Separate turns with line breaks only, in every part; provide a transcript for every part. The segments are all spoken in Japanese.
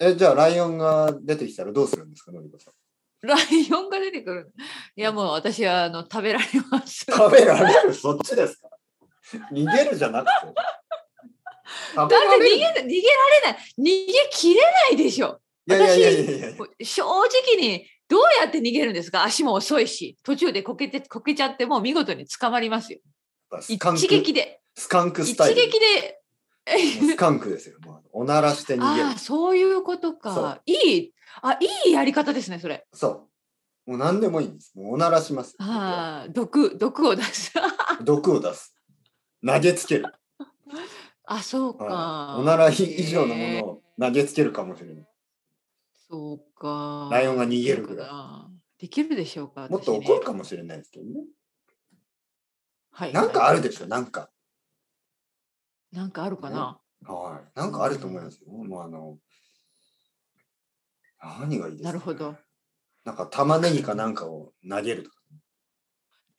え、じゃあ、ライオンが出てきたらどうするんですか、のりこさん。
ライオンが出てくる。いや、もう私はあの食べられ ます。
食べられる、そっちですか。逃げるじゃなくて。食べ
だって
られ
逃げ
る
逃げられない。逃げ切れないでしょ。
いやいやいやいやいや。
正直にどうやって逃げるんですか足も遅いし、途中でこけてこけちゃってもう見事に捕まりますよ。
スカンク
一撃で。
スカンク
一
スタイル。
撃 で。
スカンクですよ。もうおならして逃げる
ああ、。そういうこと
そう
か。いい、あ、いいやり方ですね、それ。
そう。もう何でもいいんです。もうおならします。
ああ、毒、毒を出す。
毒を出す。投げつける。
あ、そう
は
か。
いおなら以上のも
へ
の
え
を投げつけるかもしれない。
そうか。
ライオンが逃げるぐらい
そうかできるでしょうか。
もっと
私ね
怒るかもしれないですけどね。
はい。
なんかあるでしょ、なんか。
なんかあるかな。
はい。なんかあると思いますよ。もうあの、何がいいですか
なるほど。
なんか玉ねぎかなんかを投げると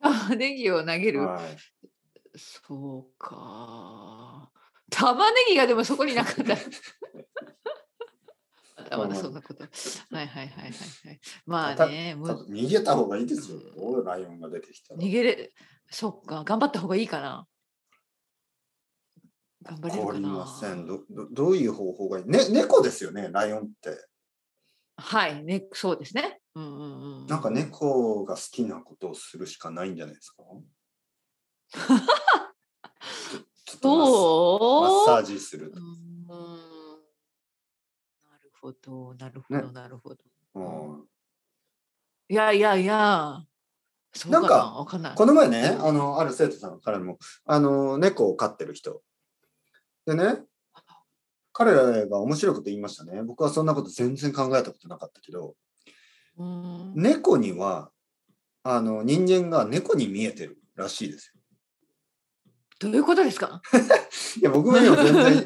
玉ねぎを投げる。
か。はい。
そうか。玉ねぎがでもそこになか った。まだまだそんなこと。はいはいはいはいはい。まあね、
多
む
分逃げた方がいいですよ。ライオンが出てきたら
逃。げれ、そっか、頑張った方がいいかな。頑張れる
わ
か
かりま
な。
せんどど。どういう方法がいい、ね、猫ですよね、ライオンって。
はい、ね、そうですね。うんうんうん。
なんか。猫が好きなことをするしかないんじゃないです かちょっとマッ
そう。
マッサージする
うー
と。
んなるほど、なるほど、
ね
なるほど。
うん
いやいやいや、そうか
な
なん
か
わかんない。
この前ね、あの、ある生徒さんからも、あの、猫を飼ってる人。でね、彼らが面白いこと言いましたね。僕はそんなこと全然考えたことなかったけど、
うーん
猫には、あの、人間が猫に見えてるらしいですよ。
どういうことですか
いや、僕も今全 然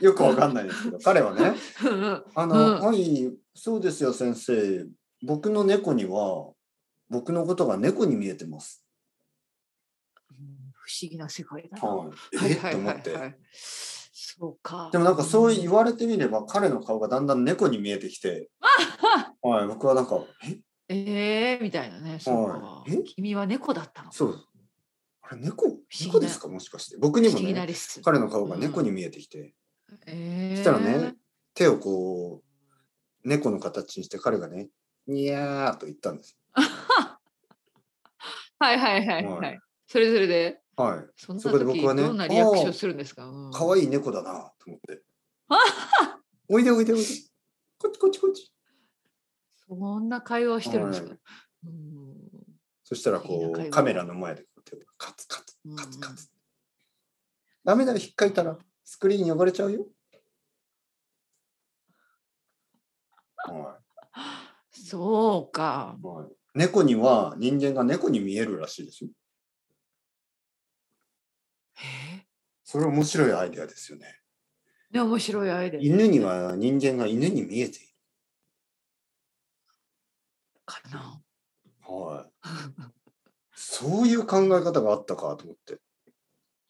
よくわかんないですけど、彼はね、
うんうん
あの、
うん
はい、そうですよ、先生。僕の猫には、僕のことが猫に見えてます。
不思議な世界だな。
はい。
は
え
い
っ
はい
と思
は
っ
い
て。
はい。そうか。
でもなんかそう言われてみれば彼の顔がだんだん猫に見えてきて、はい、僕はなんか、え
ええみたいなね。そうか
は。いえ
君は猫だったの。
そうです。あれ猫
議な
猫ですかもしかして。僕に
不
も
思議な
ね、
リス。
彼の顔が猫に見えてきて、
ええ
そしたらね、手をこう、猫の形にして彼がね、にゃーと言ったんです
はいはいはいは
はい
い。それぞれで、
よ。はい。
そんな
そこで僕
時
はね
どんなリアクションするんですかうん
可愛い猫だなと思 って。おいでおいでおいで。こっちこっちこっち。
そんな会話をしてるんですか、
は
うん
そしたらこ
不思議な会
う
話
カメラの前でこうやってカツカツカツカツ。ダメだよ、引っかいたらスクリーン汚れちゃうよ。は
そうか
い。はい、猫には人間が猫に見えるらしいですよ。
へ
それ面白いアイデアですよね。
えね面白いアイデア
犬には人間が犬に見えている。
かな
はい。そういう考え方があったかと思って。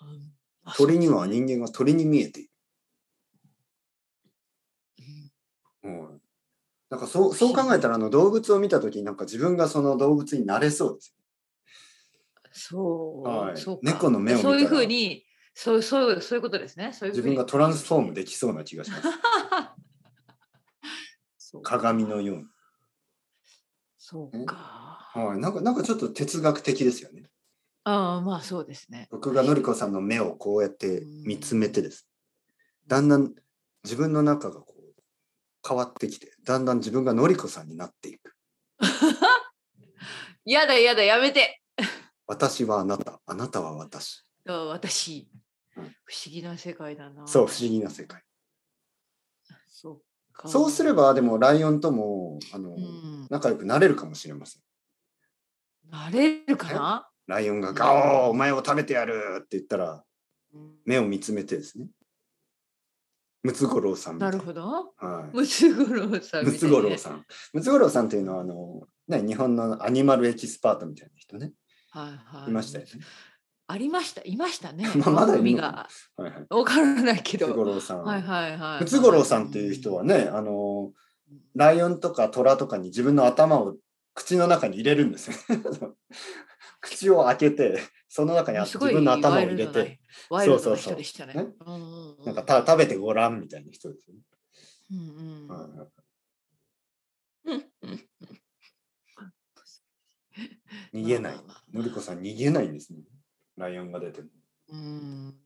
うん あ
鳥には人間が鳥に見えている。
うん
うんなんかそうそう考えたらあの動物を見た時になんか自分がその動物になれそうです
そう,、
はい
そうか
猫の目を見たら
そういうふうにそうそうそういうことですねそういうふう
自
に
分がトランスフォームできそうな気がします
そうか
鏡のように、
そうか
はい、なんかなんかちょっと哲学的ですよね
ああまあそうですね
僕がのりこさんの目をこうやって見つめてですだんだん自分の中がこう変わってきてだんだん自分がのりこさんになっていく
やだやだやめて
私はあなたあなたは私
あ私不
うん
思議な世界だな
そう不思議な世界
そうか
そうすればでもライオンともあの、
うん、
仲良くなれるかもしれません
なれるかな
ライオンがガオーお前を食べてやるって言ったら
うん
目を見つめてですね。ムツゴロウさんみた
ないるほど
はい。
ムツゴロウさんみたいにね
ムツゴロウさん。ムツゴロウさんっていうのはあの、ね、日本のアニマルエキスパートみたいな人ね、
はいはい。
いましたよね。
ありましたいましたね
まあまだいるの
海が
はいはい。
わからないけ
ムツゴ
ど
ロウさん。
はいはいはい
ムツゴロウさんっていう人はね、あの、ライオンとかトラとかに自分の頭を口の中に入れるんですよ。口を開けて、その中に自
すごい
分の頭を入れ
ワイルドな
て、
ワイルドな
そうそうそう
人でしたね
ね
うんうんうん
なんかた食べてごらんみたいな人ですよね。
うんうん
はいはい
うんうん
逃げない
まあ。まあまあ
のりこさん逃げないんですね。ライオンが出ても。
うん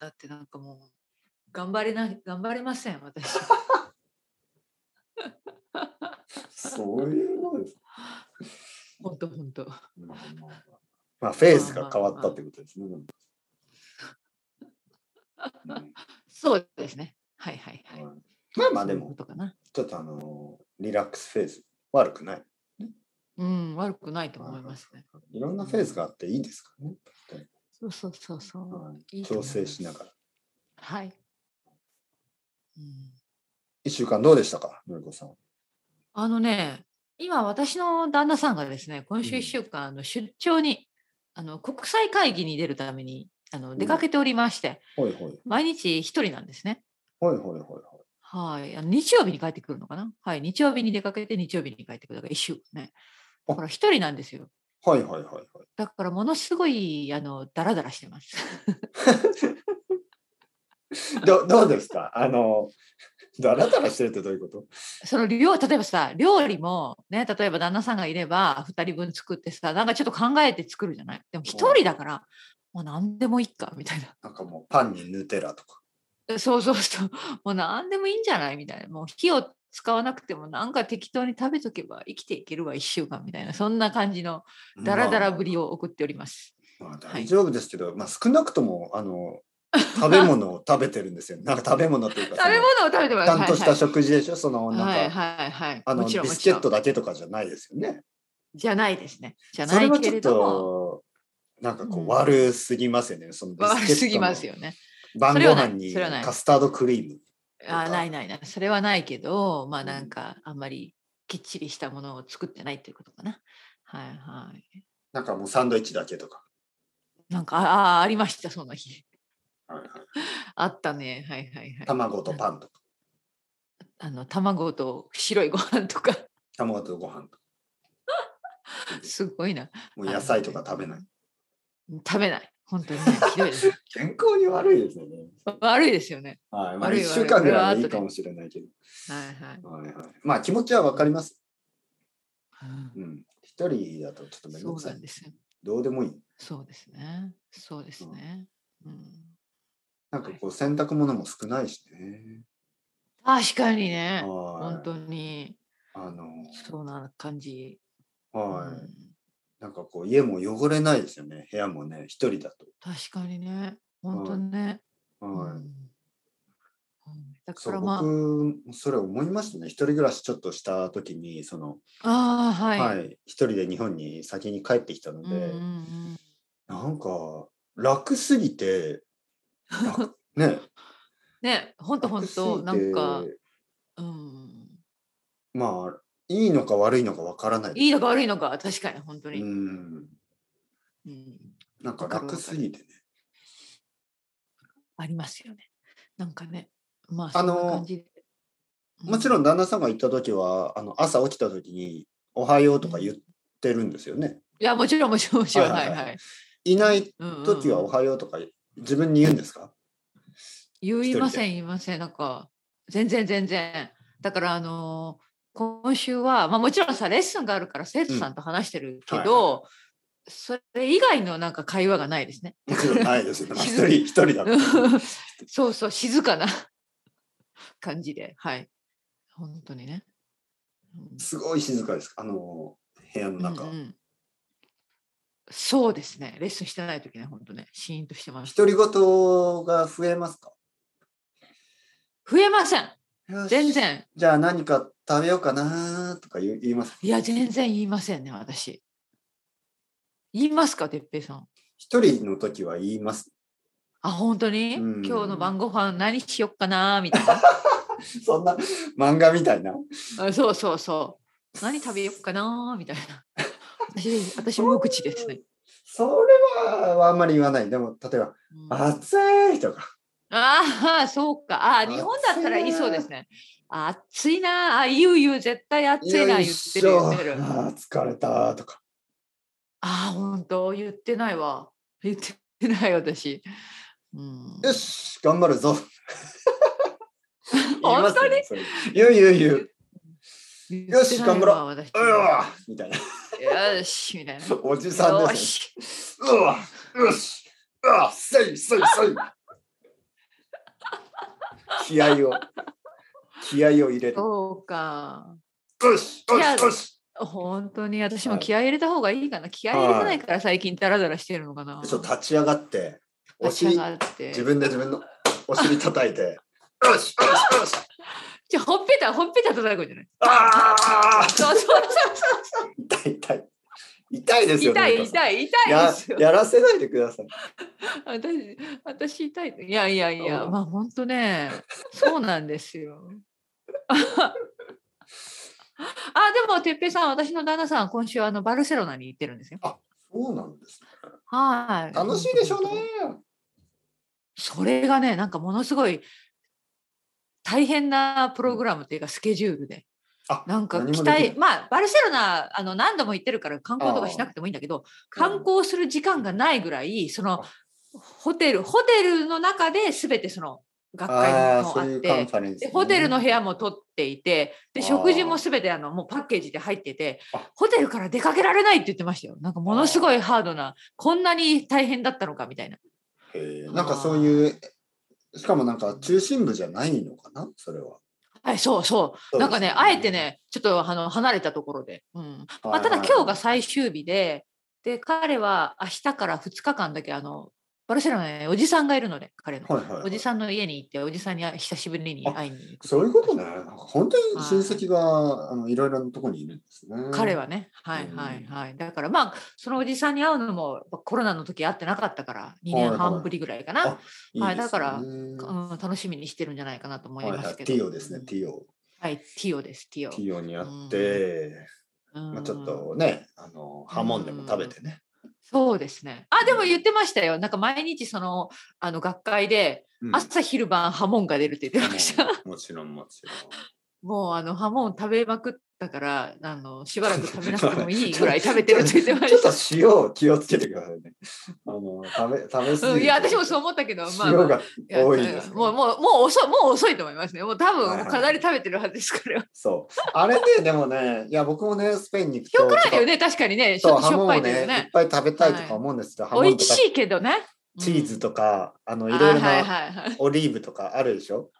だってなんかもう頑張れない頑張れません私
そういうことです。
本当本当
まあまあまあまあ、フェーズが変わったってことですね。うん
そうですねはいはいはい
まあまあで
そういう
も
こ、とかな
ちょっとあのーリラックスフェーズ悪くない。
うん悪くないと思いますね
いろんなフェーズがあっていいですからね。
そうそうそうそう
はい
いいと
調
思います
整しながら。
はい、うん
一週間どうでしたか、のりこさん。
あのね、今私の旦那さんがですね、今週
うん
1週間、あの出張に、あの国際会議に出るためにあの出かけておりまして、
ほいほい。
毎日一人なんですね。
ほいほいほいほい。
はい、あの日曜日に帰ってくるのかなはい、日曜日に出かけて日曜日に帰ってくるだから1週間ね。
あ
だから一人なんですよ。
はいはいはいはい。
だからものすごいあのダラダラしてます。
どどうですかあの、だらだらしてるってどういうこと
その料例えばさ料理もね例えば旦那さんがいれば2人分作ってさなんかちょっと考えて作るじゃないでも1人だからもう何でもいいかみたいな
なんかもうパンにヌテラとか。
そうそうそう。 もう何でもいいんじゃないみたいな。もう火を使わなくてもなんか適当に食べとけば生きていけるわ、一週間みたいな。そんな感じのダラダラぶりを送っております。
まあ
い
大丈夫ですけど、まあ少なくともあ の食べ物を食べてるんですよ。なんか食べ物というかそ
食
の
べ物を食べてもら
ちゃんとした食事でしょ。そのなんか、
はいはいはい。
あの
もちろん
ビ
も
ス
ち
ケ
ろ
ッ
ん
ト。だけとかじゃないですよね。
じゃないですね。じゃ
そ
な
れ
い
は
け
ちょ
れ
っ
ども。
となんかこ
うん
う悪すぎますよね。そのビスケット
悪
の
すぎますよね。
晩ご
それはない
飯に
それはない
カスタードクリーム。
あないないない。それはないけど、まあなんかあんまりきっちりしたものを作ってないっていうことかな。はいはい。
なんかもうサンドイッチだけとか。
なんかああありました、そんな日。
はいはい
あったね。はいはいはい。
卵とパンとか。
あの卵と白いご飯とか
卵とご飯とか。
すごいな
もう野菜とか食べない。
食べない本 当にねひどいです
健康に悪いですよね。
悪いですよね
はい。まあ
悪い
1週間ぐらいはいい
悪い
かもしれないけど。
はいはい、
はいはい、まあ気持ちはわかります。うん。一人だとちょっとめん
そ
ど
う
くさ
ないん。ですよ
どうでもいい。
そうですねそうですね、うん、
なんかこう洗濯物も少ないしね。
確かにね
は
本
い。
当に
あの、
そうな感じ、う
はい。
ん
なんかこう家も汚れないですよね。部屋もね、一人だ
確かにね本当にね、
と。はい。
うんうんだか
そ
ら
う
まあ
僕それ思いましたね一人暮らしちょっとした時にその、
ああはい、
はい一人で日本に先に帰ってきたの
うんうん
で、
うん、
なんか楽すぎ て楽ね
ね本当本当な
楽すぎて
んか、うん、
まあいいのか悪いのかわからない
いいのか悪いのか確かに本当に、
うん
うん
なんか
わかるわ
楽
かる
すぎてね
ありますよね。なんかね、まあ、
あの
そんな感じでう
もちろん旦那さんが行った時はあの朝起きた時に「おはよう」とか言ってるんですよね、
いや、もちろん、もちろん、もちろん、は
はいい
は
はいいはい
はい。
いない
うんうんうん
時は「おはよう」とか自分に言うんですか、
言い
一人で
ません、言いません、なんか、全然、全然。だから、あのー今週は、まあ、もちろんさ、レッスンがあるから、生徒さんと話してるけど、
うんはい
それ以外のなんか会話がない ですね。
もちろんないですよね、まあ、一人一人だと
そうそう、静かな感じで、はい。本当にね。うん
すごい静かです。あの部屋の中、
うんうんそうですね。レッスンしてないときね、本当ね、シーンとしてます。
独り言が増えますか。
増えません。全。然。
じゃあ何か食べようかなとか言う言います。
いや、全然言いませんね、私。言いますか、てっぺいさん。
一人の時は言います。
あ、本当に、
うん
今日の晩ご飯何しよっかなみたい な。
そんな漫画みたいな。
あそうそうそう。何食べよっかなみたいな。私、私無口ですね。
それはあんまり言わない。でも、例えば、
うん
暑いとか、
ああ、そうか。あ
暑
ー
いな
日本だったら言いそうですね。暑いな。あ、言う言う、絶対暑い
よ
な、言
い
って
し
る、言
ょ
ってる。あ
あー疲れたとか、
あー、本当言ってないわ。言ってない、私。うん、
よし、頑張るぞ。言いますよね
本
それ言う言う言う。
言ってない
よし頑張ろ
わ私
うわみたいな。
よし、みたいな。
おじさん
よ
です、
し。
ね。うわよしうわせいせいせい気合を、気合を入れる。
そうか。
よしよしよし
本当に私も
はい
気合い入れた方がいいかな。気合い入れてないから最近ダラダラしてるのかな。
ちょっと立ち上がって、お
立ち上
尻、
がって
自分で自分のお尻叩いて、よしよしよし
じゃあほっぺた、ほっぺた叩くんじゃない
ああ
そうそうそう
痛い痛い。痛いです
そ
よ
う。痛
の
い、
りこさん
痛い、痛いですよ。
ややらせないでください。
私、私痛い。いやいやいや、
うん
まあ本当ね、そうなんですよ。 あ、でも、てっぺいさん、私の旦那さん、今週、あの、バルセロナに行ってるんですよ。
そうなんです。
はい。
楽しいでしょうね。
それがね、なんかものすごい大変なプログラムっていうか、スケジュールで。
あ
なんか
何も
期
できない
待、まあ、バルセロナ、あの、何度も行ってるから観光とかしなくてもいいんだけど、観光する時間がないぐらい、その、ホテル、ホテルの中で全てその、学
あ
会
あ、
も
そ
あ
う
っ
いう
て、
カンファレンス、
でホテルの部屋も取っていてで
あー
食事も全てあのもうパッケージで入ってて
あ
ホテルから出かけられないって言ってましたよなんかものすごいハードなこんなに大変だったのかみたいな
へえなんかそういう、しかもなんか中心部じゃないのかな、それは。
はいそうそう
そうですね
なんかねあえてねちょっとあの離れたところで、うんま
は
あ、
い
ただ
はい
今日が最終日でで彼は明日から2日間だけあのバルセロナにおじさんがいるので彼の、
はいはいはい、
おじさんの家に行っておじさんに久しぶりに会いに行く
そういうことね。なんか本当に親戚があのいろいろなところにいるんですね。
彼はね、はいはいはい。だからまあ、そのおじさんに会うのもやっぱコロナの時会ってなかったから、2年半ぶりぐらいかな、
はいいいですね、
はいだから
は
うん楽しみにしてるんじゃないかなと思
い
い
はい
ますけど。
ティオですね、ティオ。
はい、ティオです、ティオ。
ティオにあって、
うん
まあ、ちょっとね、あのハモンでも食べてね。
そうですね。あ、でも言ってましたよ。なんか毎日その、あの学会で、
うん
朝昼晩ハモンが出るって言ってました。
もちろんもちろん。
もうあのハモン食べまくったから、あのしばらく食べなく てもいいぐらい食べてるって言ってま
ちょ
し
ったと。塩を気をつけてくださいね。あの食べ食べ過ぎ
うん、いや私もそ
う。
う思ったけど、まあ、
塩が
いや
多いですね
もうもうもう遅いもう遅いと思いますね。もう多分
はい
も
はい
うかなり食べてるはずですから。
そう。あれででもね、いや僕もねスペインに行くと
今日くらいよね確かにねち
そ
ょ
う
っと
ハ
し
モン
ょっ
をね
ぱいですよ
いっ
ね。
ぱい食べたいとか思うんですけど、ハモ
美
ンと
味
か
しいけどね。
チーズとか、あの
う
い
ん
ろいろ
はい
な
はいはいはい
オリーブとかあるでしょ。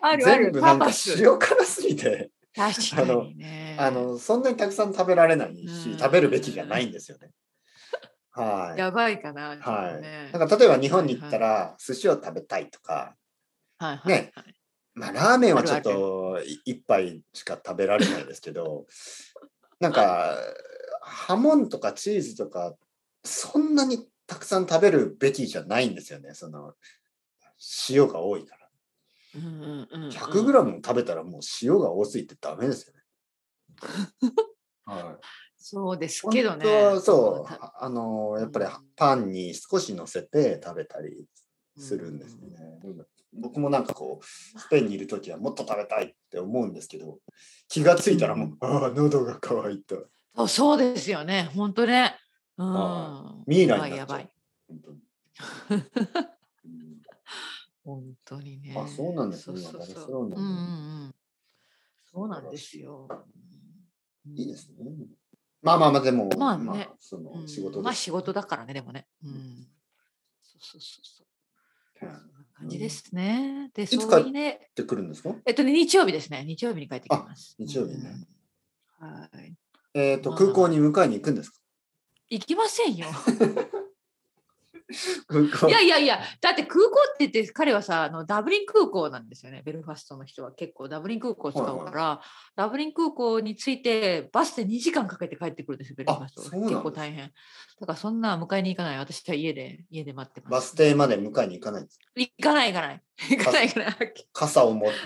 あるあ
全
る
部な
パ
んか
パス。
塩辛すぎて、
確かにね。
あのそんなにたくさん食べられないし、
うん
食べるべきじゃないんですよね。はい。
やばいかな。
はい
ちょっとね
なんか例えば日本に行ったら寿司を食べたいとか、
はいはい
ね
はい
まあ、ラーメンはちょっとい一杯しか食べられないですけど、なんか、ハモンとかチーズとか、そんなにたくさん食べるべきじゃないんですよね。その、塩が多いから。
うんうんうんうん。
100グラム食べたらもう塩が多すぎてダメですよね。 はい、
そうですけどね。
本当はそ
た
う、ああのやっぱりパンに少し乗せて食べたりするんですね。僕もなんかこうスペインにいる時はもっと食べたいって思うんですけど気がついたらもう、ああ喉が渇いた
そうそうですよね。本当ね。うん。
はミイラにな
や
っちゃ
ば
う
い。
本 当に、うん
本当にね。
あそうなんですね
そうそうそ
バルセロ
う。うん
ナ
うんうん。そうなんですよ。
いいですねまあまあまあでも、
ま
ま
あ
あ
ね
その
うん
仕事
まあ
です、
仕事だからね、でもね。うん。そうそうそうそう。
うん行
感じですね。で、
つか
そういうね。
ってくるんですか
えっとね、日曜日ですね。日曜日に帰ってきます。
あ日曜日ね
うん。はい。
えっ、と、
まあ
空港に迎えに行くんですか
行きませんよ。
空港
いやいやいや、だって空港って言って、彼はさ、あのダブリン空港なんですよね。ベルファストの人は結構ダブリン空港を使うから、
はい
ダブリン空港に着いて、バスで2時間かけて帰ってくるんですよ、ベルファスト
あ
は。
そうなんです
結構大変。だからそんな迎えに行かない。私は家で、家で待ってます。
バス停まで迎えに行かないんですか
行かない行かない。行かない行かない。
傘を持って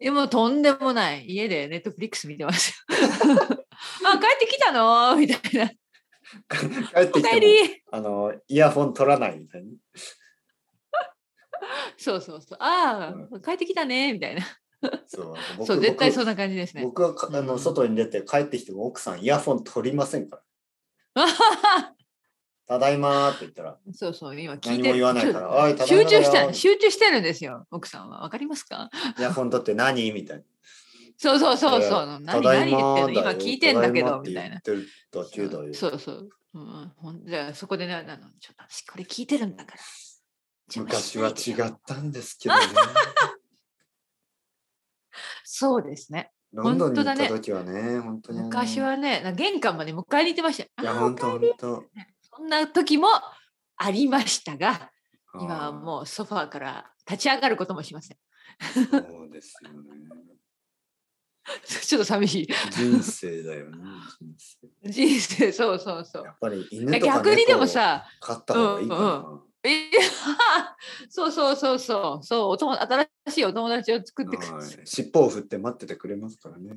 え、もうとんで もない。家でネットフリックス見てますよ。あ、帰ってきたのみたいな。
帰って
お
き
かえ
ても
り
あのイヤホン取らないみたいな。
そうそうそう。ああ、帰ってきたね、みたいな。
そう
そう、絶対そんな感じです ね。
僕はかあ
う
の
ん
外に出て帰ってきても奥さんイヤホン取りませんから。ただいまーって言った ら、
そうそう、今聞い
何
て
も言わないから、おい、ただい
集
ま
中し
だ
た
よ
い、集中してるんですよ、奥さんは。わかりますか
イヤホン取って何みたい
そうそうそう
い
そ
や
う。
な。た
何
だ
何
い
言
ま
ってん
ー
の
だよ
今聞いてんだけど、みたいな。
ただいまって言ってる途中だよ。
そうそう。うん、ほんじゃあそこでね、あのちょっと私これ聞いてるんだから。邪魔
昔
しな
はい
で
違
よ
ったんです けどね。
そうですね。
ロンドンに行
本当だ
っ
ね
た時はね、本当にあの。
昔はね、なんか玄関まで迎えに行ってましたよ。
いや、
あー
本
お
当
かえり
本当。
そんな時もありましたが、 今は
う。
もうソファーから立ち上がることもしません。
そうですよね。
ちょっと寂し
人生だよね。人生
い。人生、そうそうそう
や。っぱり犬とか
逆にでもさ、
飼った方がいいかな。
うんえ そうそうそうそう、そうお友新しいお友達を作ってくる。
はい尻尾を振って待っててくれますからね。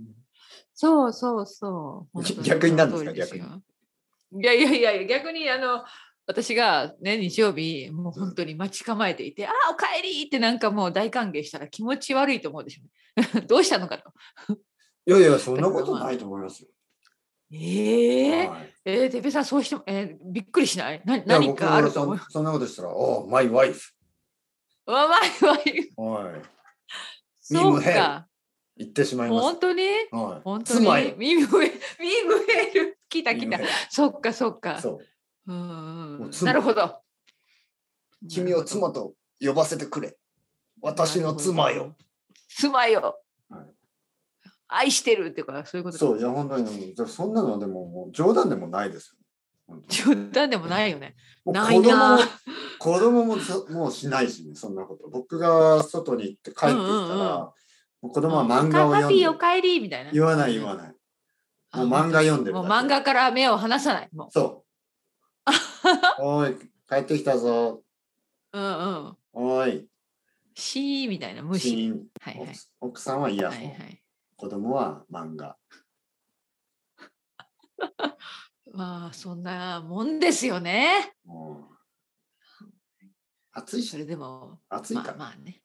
そうそうそう。本当
逆になんですか
その通りよいやいやいやいや、逆にあの、私がね、日曜日、もう本当に待ち構えていて、ああ、おかえりってなんかもう大歓迎したら気持ち悪いと思うでしょ。 どうしたのかと。
いやいや、そんなことないと思いますよ。
ええ
はい
えー、てべさん、そうしても、えーびっくりしないない
や
何かあると思う
僕。もそんそんなことしたら、おう、マイワイフ。
わわいわい。
は
そう
耳も
か。
い。言ってしまいます
本。当に
はい。
本当に。
妻よ。
ミムウェル。ミムウェル。来た来
耳。
た
も
そっかそっか。
そう。
うんうん
も
う
うん妻
なるほど。
君を妻と呼ばせてくれ。私の妻よ。。
妻よ。
はい
愛してるってか、そういうこと
そう、い
よ。
や、本当に、でもそんなのはでも、もう冗談でもないですよ。本当に
冗談でもないよね。
もう
ないな
子供も子供も そもうしないしね、そんなこと。僕が外に行って帰ってきたら、
うんうんうん
もう子供は漫画を
パ
読ん
ピ
で
ーおかえりみたいな。
言わない言わない。
あ
もう漫画読んでる
もう漫画から目を離さない。も
そう。おい、帰ってきたぞ。
う。うんうん。
おい、
しーみたいな
シ
虫。
ーン
はいはい。
奥奥さんはイヤ
は
ホン、
いはい。
子供は漫画。
まあそんなもんですよね。
もう暑い
そ
し、
れでも
暑い
ま
か
あ
ら、
まあね。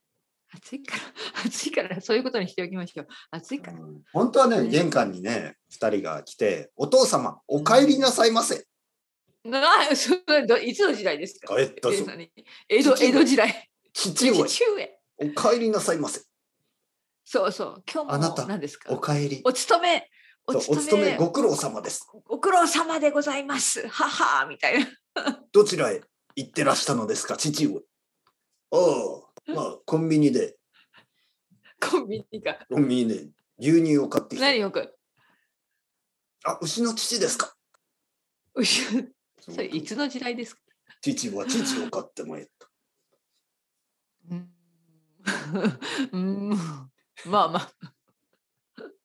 暑いから 暑いからそういうことにしておきましょう。暑いから。
うん本当はね、
ね
玄関にね、二人が来て、お父様、お帰りなさいませ。
なそれどいつの時代ですか
えっと
江戸江戸
父上
江戸時代。
父上、
父上。
お帰りなさいませ。
そうそう。今日も
あなた
何ですか
お帰り。
お勤め。お
そうお
勤
勤
め
め、ご苦労様です。
ご苦労様でございます。ははみたいな。
どちらへ行ってらしたのですか、父上。ああ、まあ、コンビニで、
コンビニが。
コンビニで牛乳を買ってきた。
何よく。
あ、牛の父ですか。
うしそれいつの時代ですか
父は父を買ってもらった。
うん うんまあま あ。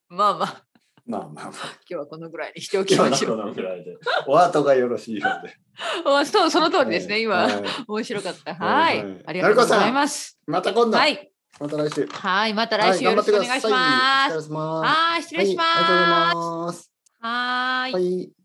まあまあ。
まあまあまあ。
今日はこのぐらいにしておき
今
ま
の
しょ
こ
う。
のぐらいで。お後がよろしいようで。
あそう、その通りですね。今
は、い
面白かった。はい
はい。
ありがとうございます。
また今度。
はい。
また来週。
はい、また来週よろしくお願いし
は
ま
い頑張ってくださいお疲
す。
れ様
はい、失礼し
はいありがとうござ
ま
います。
す。はーい
は。い。